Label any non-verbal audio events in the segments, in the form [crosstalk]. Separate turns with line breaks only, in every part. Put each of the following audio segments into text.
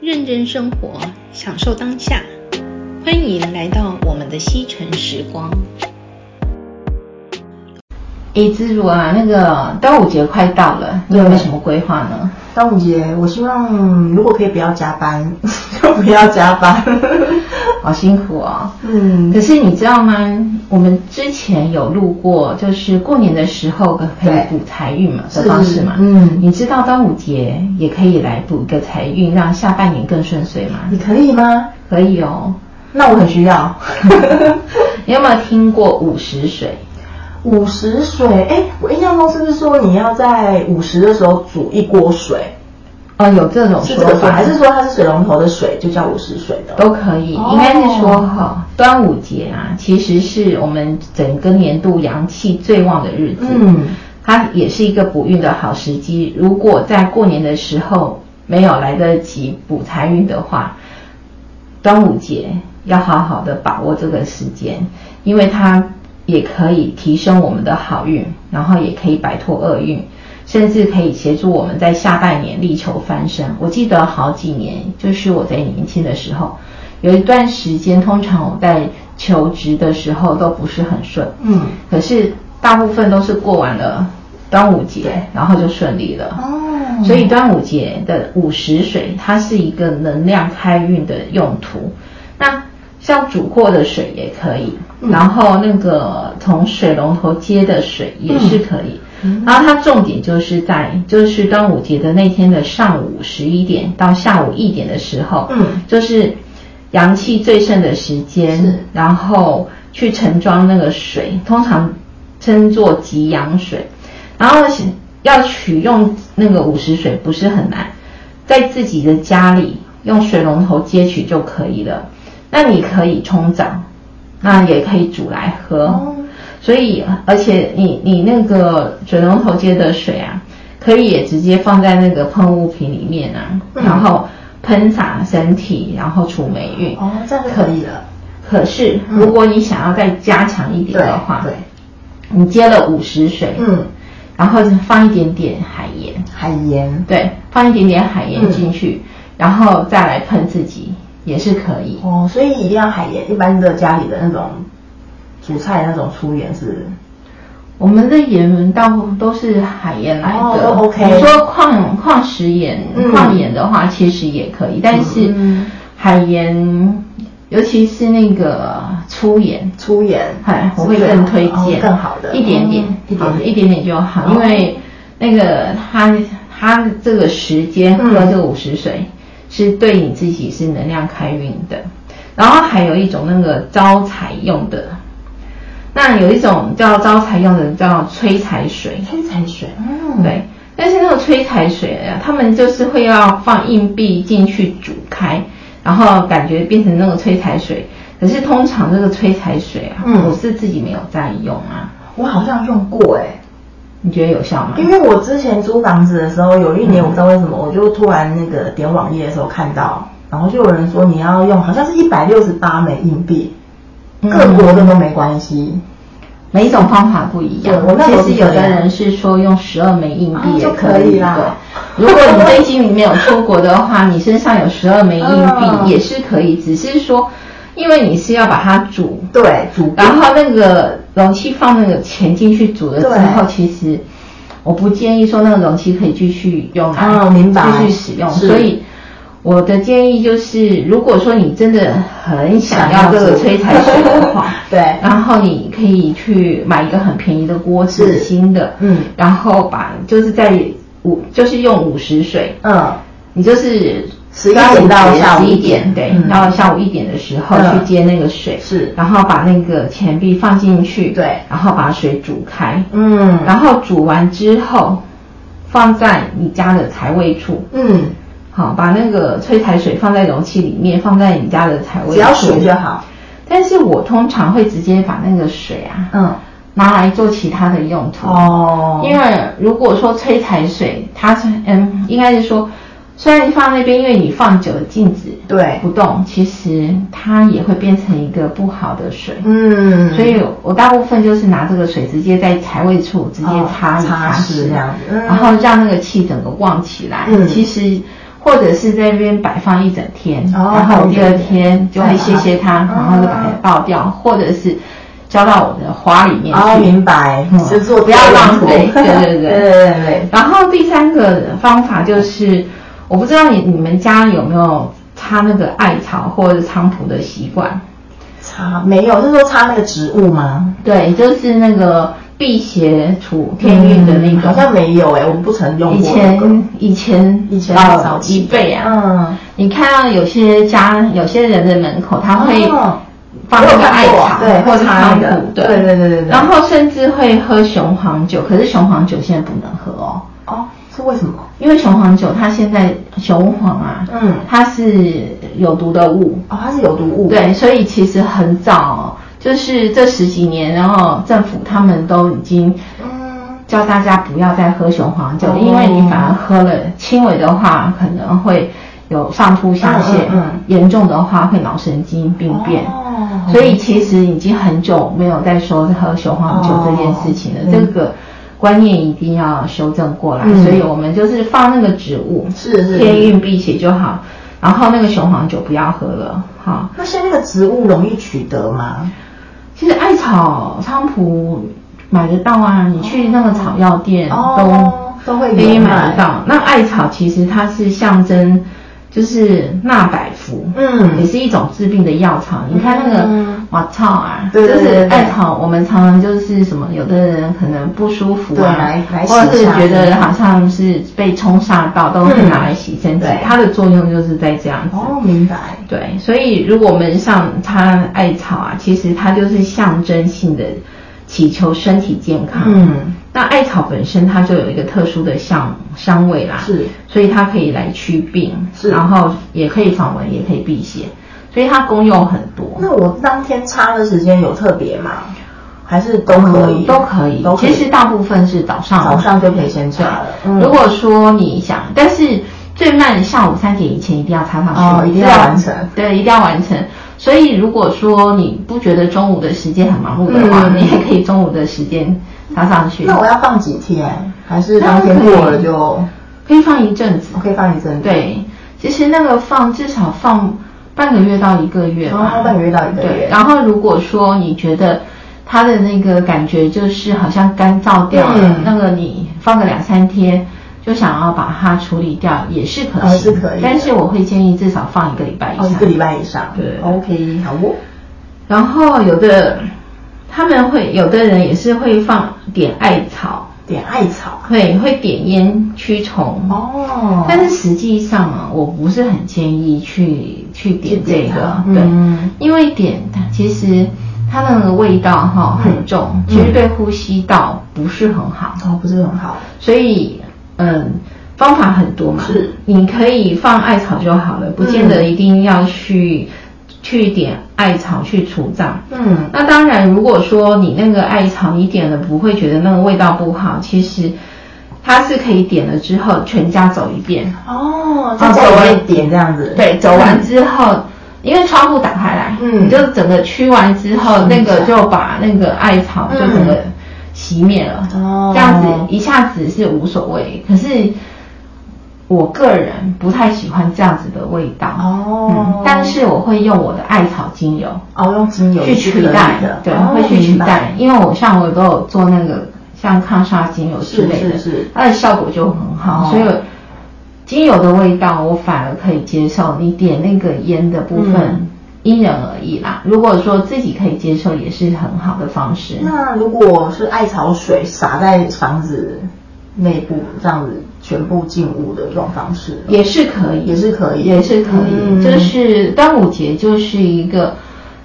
认真生活，享受当下。欢迎来到我们的西城时光。
诶，自如啊，那个端午节快到了，你有没有什么规划呢？
端午节，我希望如果可以不要加班， [laughs] 就不要加
[laughs]
班。
好辛苦哦。
嗯
可是你知道吗？我们之前有录过，就是过年的时候可以
对
补财运嘛的
是
方式嘛。
嗯
你知道端午节也可以来补一个财运，让下半年更顺遂吗？
你可以吗？
可以哦。
那我很需要。
[laughs] 你有没有听过午时水？
午时水，哎，我印象中是不是说你要在午时的时候煮一锅水？
哦，有这种
是
说
这个水，
法，
还是说它是水龙头的水就叫午时水的？
都可以，
哦
应该是说哈、端午节啊，其实是我们整个年度阳气最旺的日子，
嗯，
它也是一个补运的好时机。如果在过年的时候没有来得及补财运的话，端午节要好好的把握这个时间，因为它也可以提升我们的好运，然后也可以摆脱厄运，甚至可以协助我们在下半年力求翻身。我记得好几年，就是我在年轻的时候，有一段时间，通常我在求职的时候都不是很顺，
嗯，
可是大部分都是过完了端午节
对，
然后就顺利了。
哦
所以端午节的午时水，它是一个能量开运的用途。那像煮过的水也可以，
嗯
然后那个从水龙头接的水也是可以。然
啊
后它重点就是在，就是端午节的那天的上午十一点到下午一点的时候，
嗯
就是阳气最盛的时间
是，
然后去盛装那个水，通常称作吉阳水。然后要取用那个午时水不是很难，在自己的家里用水龙头接取就可以了。那你可以冲澡，那也可以煮来喝。
哦
所以，而且你你那个水龙头接的水啊，可以也直接放在那个喷雾瓶里面啊，
嗯
然后喷洒身体，然后除霉运。
哦，这样就可以了。
可是，
嗯
如果你想要再加强一点的话，
对，
你接了五十水，
嗯，
然后放一点点海盐，
海盐，
对，放一点点海盐
嗯
进去，然后再来喷自己也是可以。
哦，所以一定要海盐。一般的家里的那种煮菜的那种粗盐是，
我们的盐大部分都是海盐来的、
哦都 OK
你说矿矿石盐、
嗯
矿盐的话，其实也可以，但是
嗯
海盐，尤其是那个粗盐，
粗盐
哎，我
是
会
最
更
好
推
哦
荐、
更好的
一点点，
嗯一点点
一点点就好，
哦
因为那个它它这个时间喝
嗯
这个五十水、是对你自己是能量开运的，然后还有一种那个招财用的。那有一种叫招财用的叫催财水，
催财水，嗯，
对，但是那个催财水啊，他们就是会要放硬币进去煮开，然后感觉变成那个催财水。可是通常这个催财水啊，
嗯
我是自己没有在用啊，
我好像用过哎、
你觉得有效吗？
因为我之前租房子的时候，有一年我不知道为什么，我就突然那个点网页的时候看到，然后就有人说你要用，好像是一百六十八枚硬币，
嗯
各国的都没关系，
每一种方法不一样
对我那。时候
其实
是
有
这
的
样
人是说用十二枚硬币
啊
也
就可以啦
对如果你最近没有出国的话，你身上有十二枚硬
嗯
币也是可以，只是说，因为你是要把它煮
对，主
然后那个容器放那个钱进去煮了之后，
对
其实我不建议说那个容器可以继续用来、
哦明白
继续使用。
是，
所以我的建议就是，如果说你真的很想要这个催财水的话
[laughs] 对
然后你可以去买一个很便宜的锅子，
是
新的，
嗯
然后把就是在五就是用五十水，
嗯，
你就是
11点到下午
一
一点
点，对，
嗯
到下午一点的时候
嗯
去接那个水，
是
然后把那个钱币放进去，
对
然后把水煮开，
嗯，
然后煮完之后放在你家的财位处，
嗯，
好，把那个催财水放在容器里面，放在你家的财位处，
只要水就。好，
但是我通常会直接把那个水啊
嗯，
拿来做其他的用途，
哦，
因为如果说催财水，它是嗯，应该是说，虽然放那边，因为你放久了静止
对
不，动，其实它也会变成一个不好的水。
嗯，
所以我大部分就是拿这个水直接在财位处直接
哦
擦一
擦
擦
拭这样子嗯
然后让那个气整个旺起来。
嗯
其实或者是在那边摆放一整天，
哦
然后我第二
放一整天
天就会谢谢它，
再把它
然后就把它抱掉，或者是浇到我的花里面去。
哦，明白，
嗯
就做
不要浪费
对
对
对
对对
对对
然后第三个方法就是，我不知道你你们家有没有插那个艾草或者菖蒲的习惯？
插没有，是说插那个植物吗？
对，就是那个辟邪除天运的那
嗯
个。
好像没有哎、我不曾用
以
过哦那个、
前以前
以前
老
早期
一辈啊，
嗯，
你看到有些家有些人的门口，他会
哦
放那个艾草，
我有看过对
或者
会插
菖
那个
蒲，
对对对对对
然后甚至会喝雄黄酒，可是雄黄酒现在不能喝哦，
哦，是为什么？
因为雄黄酒它现在雄黄啊，
嗯
它是有毒的物，
哦，它是有毒物，
对，所以其实很早就是这十几年，然后政府他们都已经
嗯，
叫大家不要再喝雄黄酒，
哦
因为你反而喝了轻微的话，可能会有上吐下泻，
嗯嗯嗯
严重的话会脑神经病变。
哦
所以其实已经很久没有再说喝雄黄酒这件事情了，
哦
这个观念一定要修正过来。
嗯
所以我们就是放那个植物，
是是
天运辟邪就好，然后那个雄黄酒不要喝了，好。
那现在那个植物容易取得吗？
其实艾草、菖蒲买得到啊，你去那个草药店都、
哦都会有
可以买
卖
得到。那艾草其实它是象征，就是纳百福，
嗯
也是一种治病的药草。你看那个
嗯
瓦草啊，
对对对
就
对
是艾草，我们常常就是什么，有的人可能不舒服
对
啊
来来，
或者
洗一
是
下
觉得好像是被冲煞到，都会
嗯
拿来洗身体
对。
它的作用就是在这样子。
哦，明白，
对，所以如果门上插艾草啊，其实它就是象征性的祈求身体健康。
嗯，
那艾草本身它就有一个特殊的香香味啦，
嗯是，
所以它可以来驱病，
是
然后也可以防蚊，也可以辟邪，所以它功用很多。
那我当天插的时间有特别吗？还是都可以？
嗯都可以。
都可以。
其实大部分是早上，
早上就可以先插了
对
嗯
如果说你想，但是最慢下午三点以前一定要插上去，
哦一定要
这样
完成
对，一定要完成。所以如果说你不觉得中午的时间很忙碌的话，
嗯
你也可以中午的时间插上去。
那我要放几天？还是当天过了就
可以放一阵子
我，可以放一阵子？，哦
对，其实那个放至少放半个月到一个月吧，
哦半个月到一个月
对，然后如果说你觉得它的那个感觉就是好像干燥掉了，
嗯
那个你放个两三天。就想要把它处理掉也是可
哦
以，
是可以的
但是我会建议至少放一个礼拜以
哦，
上。
一个礼拜以上。
对
，OK，好哦。
然后有的他们会，有的人也是会放点艾草，
点艾草。
会会点烟驱虫。
哦
但是实际上啊，我不是很建议去去点
去
这
点
个
它，
对，
嗯
因为点它其实它那个味道哈、
嗯
很重，其实对呼吸道不是很好，
哦，不是很好。
所以嗯，方法很多嘛，
是
你可以放艾草就好了，不见得
嗯
一定要去、去点艾草去除胀。
嗯，
那当然，如果说你那个艾草你点了不会觉得那个味道不好，其实它是可以点了之后全家走一遍。
哦，在
哦
家里
走
面点这样子。
对，走完之后，因为窗户打开来，
嗯
你就整个驱完之后，
嗯
那个就把那个艾草就整个熄灭了，
哦
这样子一下子是无所谓。可是我个人不太喜欢这样子的味道，
哦
嗯但是我会用我的艾草精油
哦，用精油
去
是
取
可以
代
的，
对，
哦
会去取
明白
代，因为我像我都有做那个像抗沙精油
是
之类
是
的，
是
它的效果就很好，
哦
所以精油的味道我反而可以接受，你点那个烟的部
嗯
分。因人而异啦。如果说自己可以接受，也是很好的方式。
那如果是艾草水洒在房子内部，这样子全部进屋的这种方式，
也是可以，
也是可以
也是可以。
嗯
就是端午节就是一个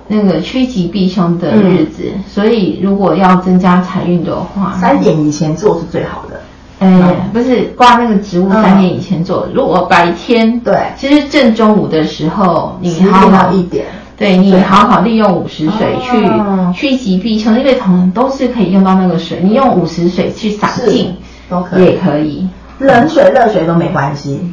那个趋吉避凶的日子，所以如果要增加财运的话，
嗯三点以前做是最好的。嗯
呃，不是挂那个植物三点以前做。如果白天，
对
其实正中午的时候，你好
11
好
到一点
对你好好利用午时水去
哦
趋吉避凶，因为同都是可以用到那个水。你用午时水去洒
是
净
都可以
也可以，
冷水、热水都没关系，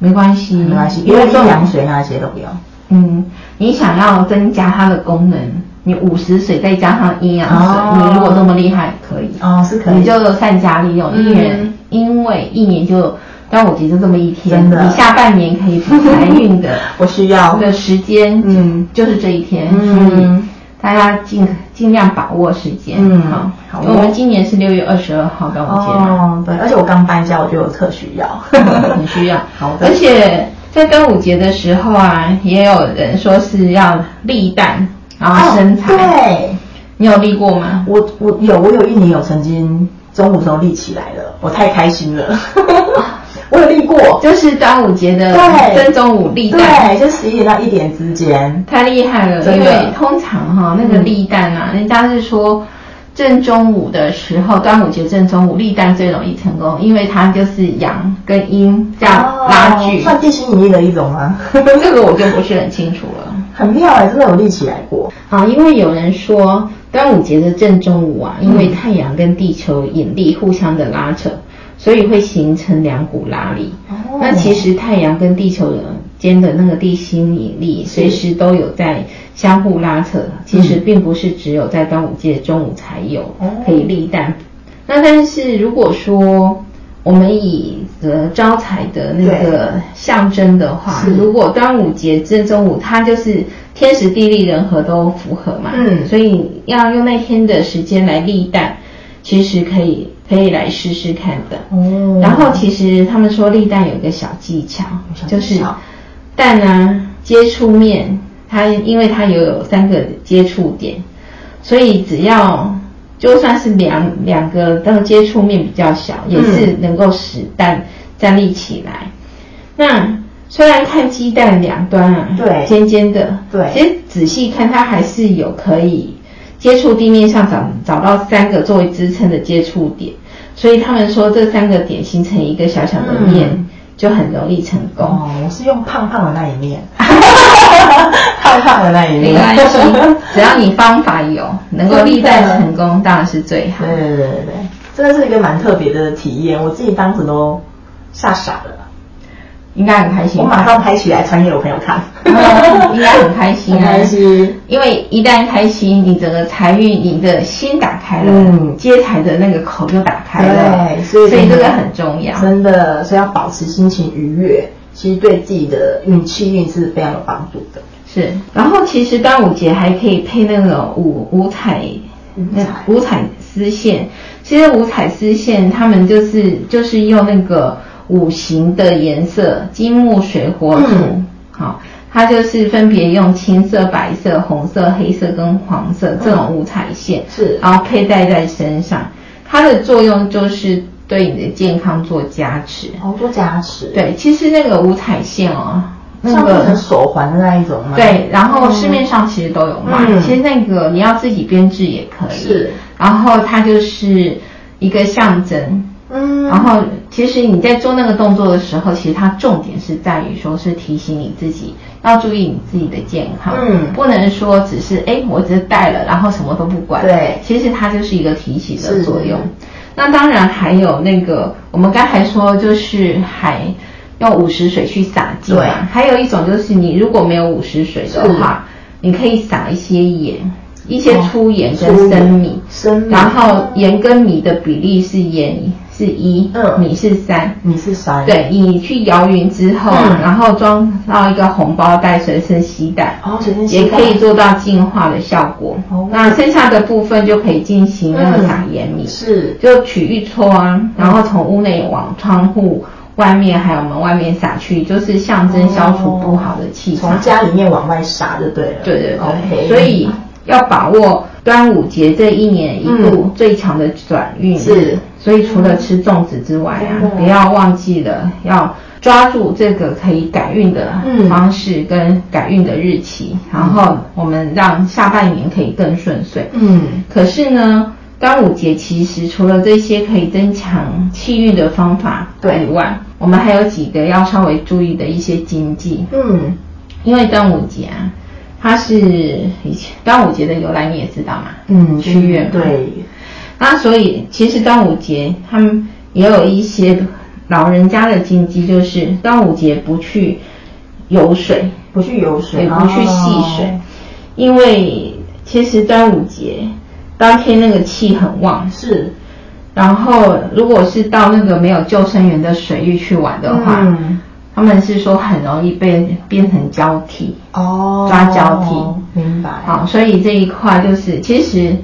没关系，
没关嗯系，因
因为
为阴阳水那些都不用。
嗯，你想要增加它的功能，你午时水再加上阴阳水，
哦
你如果这么厉害，可以
哦是可以
你就善加利用，
嗯
因为、因为一年就端午节就这么一天，
真的
你下半年可以补财运
[laughs]
的
我需要
的时间，
嗯
就是这一天，
嗯
所以大家尽尽量把握时间，
嗯好
好，
哦
因为我们今年是六月二十二号端午节嘛，
哦，对，而且我刚搬家，我觉得我特需要，[laughs]
很需要。
嗯好的
而且在端午节的时候啊，也有人说是要立蛋，然后生财。
哦对，
你有立过吗？
我我有我有一年有曾经中午时候立起来了，我太开心了， [laughs] 我有立过，
哦就是端午节的
对
正中午立蛋。
对，就十一点到一点之间，
太厉害了，
真
因
的
为通常哈、那个立蛋啊，人家是说正中午的时候，端午节正中午立蛋最容易成功，因为它就是阳跟阴这样拉
哦
锯。
算地心引力的一种吗？
这个我就不是很清楚了。
很妙哎、真的有立起来过，
啊，因为有人说端午节的正中午啊，因为太阳跟地球引力互相的拉扯，所以会形成两股拉力。
哦
那其实太阳跟地球间的那个地心引力随时都有在相互拉扯，其实并不是只有在端午节中午才有
哦
可以立蛋。那但是如果说我们以呃招财的那个象征的话
是，
如果端午节正中午，它就是天时地利人和都符合嘛，
嗯
所以要用那天的时间来立蛋，其实可以可以来试试看的。
哦
然后其实他们说立蛋有一个小技巧，
小技巧
就是蛋啊接触面，它因为它有有三个接触点，所以只要就算是两两个那个接触面比较小，也是能够使蛋站立起来。那虽然看鸡蛋两端啊，
对
尖尖的，
对
其实仔细看它还是有可以接触地面上找找到三个作为支撑的接触点，所以他们说这三个点形成一个小小的面，
嗯
就很容易成功。
哦，我是用胖胖的那一
[laughs]
面，胖胖的那一
没
面， [laughs]
关系，只要你方法有，能够立蛋成功，当然是最好
对。对对对对，真的是一个蛮特别的体验，我自己当时都吓傻了，
应该很开心
我
吧。
马上拍起来传给我朋友看，
嗯应该很开心啊
很开心，
因为一旦开心，你整个财运，你的心打开了，
嗯
接财的那个口就打开了，
对所
所
以
这个很重要。
真的，所以要保持心情愉悦，其实对自己的运气运是非常有帮助的。
是，然后其实端午节还可以配那种五五彩
五
那
彩
呃五彩丝线。其实五彩丝线他们就是就是用那个五行的颜色，金木水火土，
嗯
好，它就是分别用青色、白色、红色、黑色跟黄色这种五彩线，
是
然后佩戴在身上，它的作用就是对你的健康做加持。
好多加持，，
对，其实那个五彩线哦，那
像变
个
成手环的那一种吗？
对，然后市面上其实都有卖，
嗯
其实那个你要自己编制也可以。
是，
然后它就是一个象征。
嗯，
然后，其实你在做那个动作的时候，其实它重点是在于说是提醒你自己要注意你自己的健康，
嗯
不能说只是哎我只是戴了，然后什么都不管。
对
其实它就是一个提醒
是
的作用。那当然还有那个，我们刚才说就是还用午时水去洒净嘛
对
还有一种就是你如果没有午时水的话，你可以撒一些盐，一些
哦
哦粗盐跟生米，
生米
然后盐跟米的比例是盐是一，
嗯
米是三。
你是山，
对你去摇匀之后啊，
嗯
然后装到一个红包袋随身携带，
哦随身携
也
带
可以做到净化的效果
哦。
那剩下的部分就可以进行那个
嗯
撒盐米，
是
就取一撮啊，然后从屋内往窗户外面还有门外面撒去，就是象
哦
征消除不好的气场。
从家里面往外杀就对了。
对对对
OK。
所以要把握端午节这一年一度最强的转运。
嗯是，
所以除了吃粽子之外
真
啊
的，
不要忘记了要抓住这个可以改运的
嗯
方式跟改运的日期，然后我们让下半年可以更顺遂。
嗯，
可是呢，端午节其实除了这些可以增强气运的方法
对
以外，我们还有几个要稍微注意的一些禁忌。
嗯，
因为端午节啊，它是以前端午节的由来你也知道嘛，
嗯，
屈原嘛，
对，
那所以其实端午节他们也有一些老人家的禁忌，就是端午节不去游水，
不去游水，
也不去戏水，因为其实端午节当天那个气很旺
哦，是
然后如果是到那个没有救生员的水域去玩的话，
嗯
他们是说很容易被变成胶体。
哦
抓交替
明白。
好，所以这一块就是，其实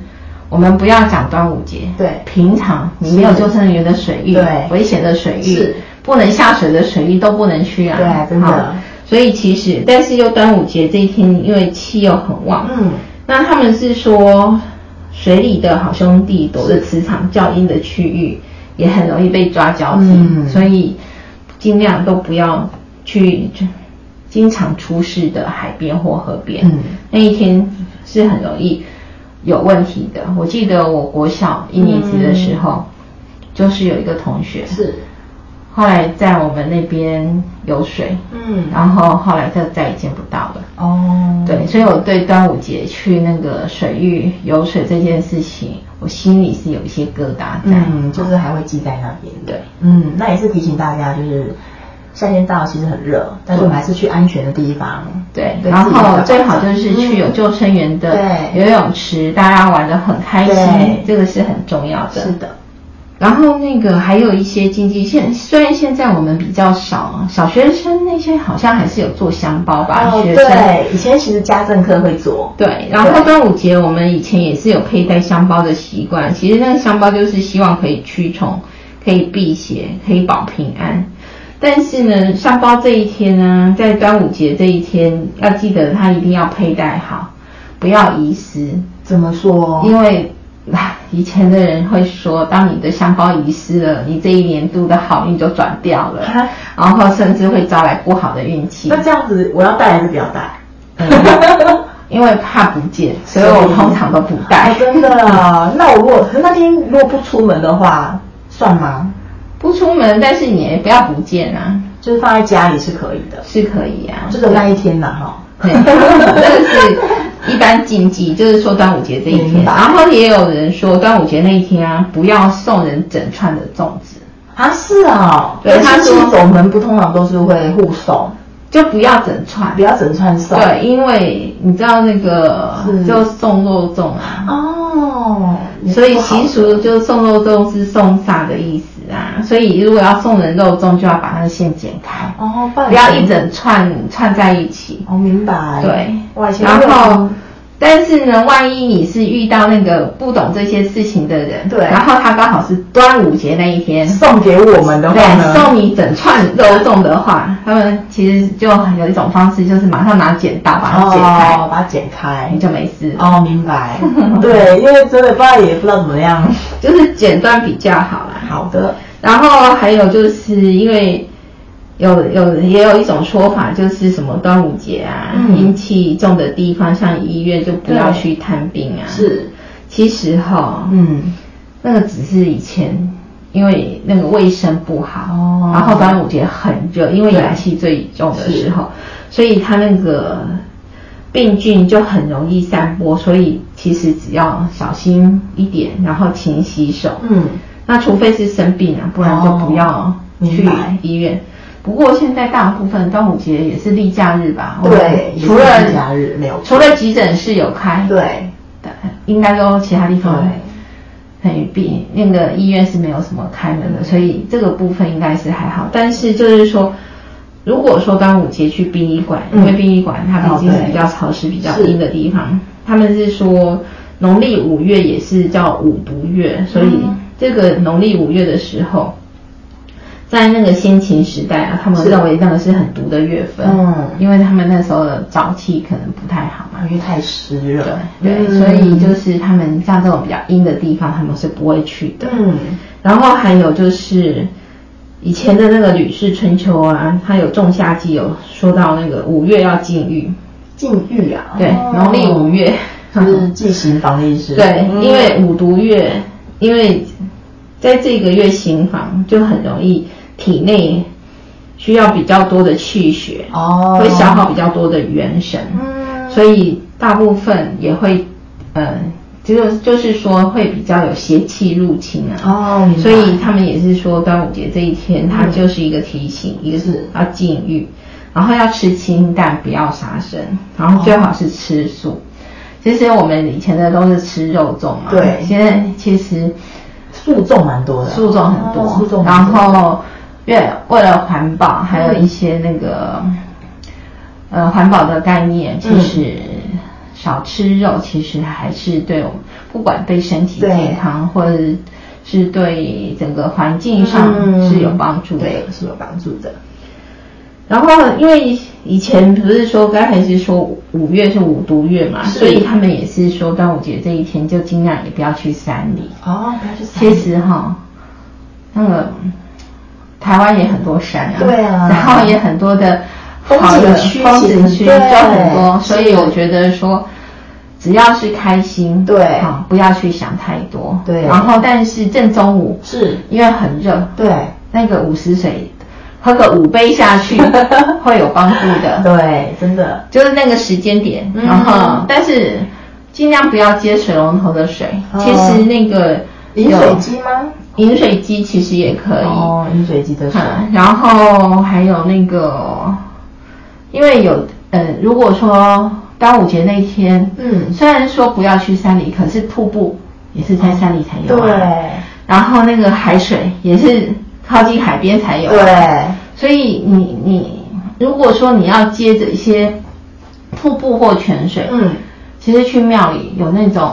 我们不要讲端午节，
对
平常你没有救生员的水域，
对
危险的水域，
是
不能下水的水域都不能去啊，
对真的
好。所以其实，但是又端午节这一天，因为气又很旺，
嗯，
那他们是说水里的好兄弟躲着磁场较阴的区域，也很容易被抓交替，
嗯
所以尽量都不要去就经常出事的海边或河边，
嗯
那一天是很容易有问题的。我记得我国小一年级的时候，就是有一个同学
嗯是，
后来在我们那边有水，
嗯
然后后来就再也见不到了。
哦，
对，所以我对端午节去那个水域游水这件事情，我心里是有一些疙瘩在。
嗯，就是还会记在那边。
对，
嗯，那也是提醒大家，就是夏天到了其实很热，但是我们还是去安全的地方。
对，
对
然
自己的保
后
障
最好就是去有救生员的
嗯对
游泳池，大家玩得很开心
对，
这个是很重要的。
是。的，
然后那个还有一些经济现，虽然现在我们比较少，小学生那些好像还是有做香包吧，
哦，
学生。
对，以前其实家政课会做，
对，然后端午节我们以前也是有佩戴香包的习惯，其实那个香包就是希望可以驱虫，可以辟邪，可以保平安。但是呢，香包这一天呢，在端午节这一天，要记得它一定要佩戴好，不要遗失，
怎么说？
因为 [laughs] 唉以前的人会说，当你的香包遗失了，你这一年度的好运就转掉了
啊，
然后甚至会招来不好的运气。
那这样子，我要带还是不要带？ [laughs]
嗯因为怕不见，所以我哦通常都不带
哎，。真的啊、那我如果可是那天如果不出门的话，算吗？
不出门，但是你也不要不见啊，
就是放在家里是可以的，
是可以啊。
就只有那一天呐，哈。
对， [laughs] 这个是一般禁忌，就是说端午节这一天。
明白
然后也有人说端午节那一天啊，不要送人整串的粽子，
[laughs] 啊，是啊、哦，
对他说
亲戚走门不通常都是会互送，
就不要整串
不。要整串送。
对，因为你知道那个
是
就送肉粽啊，
哦，
所以
不好
习俗就送肉粽是送煞的意思啊。所以如果要送人肉粽，就要把那个线剪开。
哦，不然
不要一整串串在一起。
哦，明白。
对
哇，以，前
然
没有
后，但是呢，万一你是遇到那个不懂这些事情的人，
对
然后他刚好是端午节那一天，
送给我们的话
对，
呢，
送你整串肉粽的话，他们其实就有一种方式，就是马上拿剪刀把它剪开，
哦，把它剪开
你。就没事了，
哦，明白。 [laughs] 对，因为真的不知道也不知道怎么样。
就是剪断比较好啦。
好的，
然后还有就是因为有有也有一种说法，就是什么端午节啊，
嗯
阴气重的地方，像医院就不要去探病啊。，
是，
其实哈、
嗯，
那个只是以前因为那个卫生不好，
哦
然后端午节很热，因为
对
阳气最重的时候，所以它那个病菌就很容易散播，所以其实只要小心一点，然后勤洗手，
嗯，哦
那除非是生病啊，不然就不要去医院。不过现在大部分端午节也是例假日吧？
对
我们
也是
除了
例假日没有错
除了急诊室有开，，
对，
应该都其他地方
对
很病那个医院是没有什么开门的，所以这个部分应该是还好。但是就是说，如果说端午节去殡仪馆，
嗯
因为殡仪馆它毕竟
哦
是
对
比较潮湿、比较
是
阴的地方，他们是说农历五月也是叫五毒月，所以
嗯
这个农历五月的时候。在那个先秦时代啊，他们
是
认为那个是很毒的月份，
嗯
因为他们那时候的早气可能不太好嘛，
因为太湿了，
对，
嗯
所以就是他们像这种比较阴的地方，他们是不会去的。
嗯，
然后还有就是以前的那个《吕氏春秋》啊，它有《仲夏季》有说到那个五月要禁欲，
禁欲啊，
对，农历五月，
就是忌行防疫师，
[laughs] 对，
嗯
因为五毒月，因为在这个月行房就很容易体内需要比较多的气血，
哦，
会消耗比较多的元神，
嗯
所以大部分也会，呃，就是就是说会比较有邪气入侵啊。
哦明白
所以他们也是说端午节这一天，它就是一个提醒，
嗯
一个是要禁欲，然后要吃清淡，不要杀生，然后最好是吃素。其实我们以前的都是吃肉粽嘛，
对
现在其实
树种蛮多的，
树种很多，
哦树种
然
蛮多
后为为了环保，还有一些那个、呃环保的概念，其实少吃肉，其实还是对我们不管对身体
对
健康，或者是对整个环境上
嗯
是有帮助的。
对，是有帮助的。
然后，因为以前不是说刚才是说五月是五毒月嘛，
是
所以他们也是说端午节这一天就尽量也不要去山里。
哦，不要去
其实哈，那个台湾也很多山啊，
对啊
然后也很多的
风景
好的
区
风景
其实
区
对
就很多，所以
是
我觉得说。只要是开心，
对
啊，不要去想太多，
对
然后，但是正中午，
是，
因为很热，
对，
那个五十水，喝个五杯下
[laughs]
去会有帮助的，
对，真的，
就是那个时间点，
嗯
然后但是尽量不要接水龙头的水，
哦
其实那个
饮水
有
机吗？
饮水机其实也可以，
哦，饮水机的水，
嗯，然后还有那个，因为有呃，如果说端午节那一天，
嗯
虽然说不要去山里，可是瀑布也是在山里才有、啊，
对，
然后那个海水也是靠近海边才有、啊
对，
所以你你如果说你要接着一些瀑布或泉水，
嗯，
其实去庙里有那种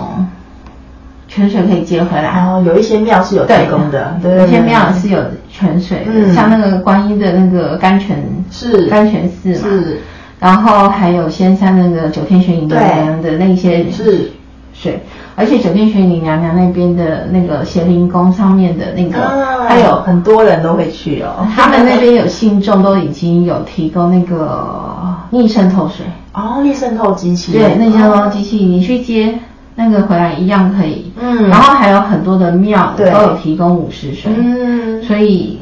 泉水可以接回来，
然后有一些庙哦是有提
对
供的，对，
有些庙是有泉水的，
嗯
像那个观音的那个甘泉
是
甘泉寺嘛，
是，
然后还有仙山那个九天玄女娘娘的那些
是
水，而且九天玄女娘娘那边的那个协灵宫上面的那个，
啊，
还有
很多人都会去哦，
[laughs] 他们那边有信众都已经有提供那个逆渗透水，
哦，立渗透机器，
对，那些都机器你去接那个回来一样可以，
嗯
然后还有很多的庙都
对
有提供五十水，
嗯
所以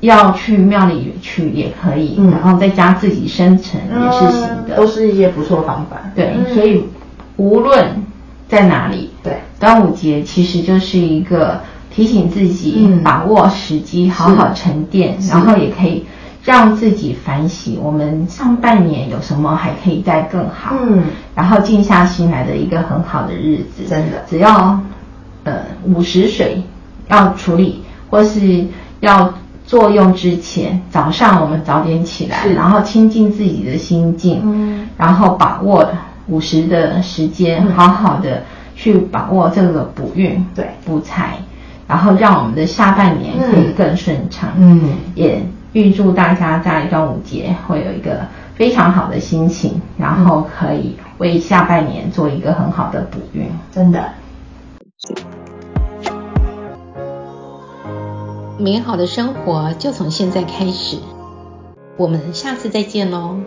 要去庙里取也可以，
嗯
然后在家自己生成也是行的，
嗯都是一些不错的方法，
对，
嗯
所以无论在哪里，
对
端午节其实就是一个提醒自己、
嗯
把握时机，好好沉淀，然后也可以让自己反省我们上半年有什么还可以再更好，
嗯，
然后静下心来的一个很好的日子。
真的
只要呃午时水要处理，或是要。作用之前，早上我们早点起来，
是
然后清静自己的心境，
嗯
然后把握五十的时间，好好的去把握这个补运、
对
补财，然后让我们的下半年可以
嗯
更顺畅。
嗯
也预祝大家在端午节会有一个非常好的心情，然后可以为下半年做一个很好的补运。
真的，
美好的生活就从现在开始，我们下次再见喽。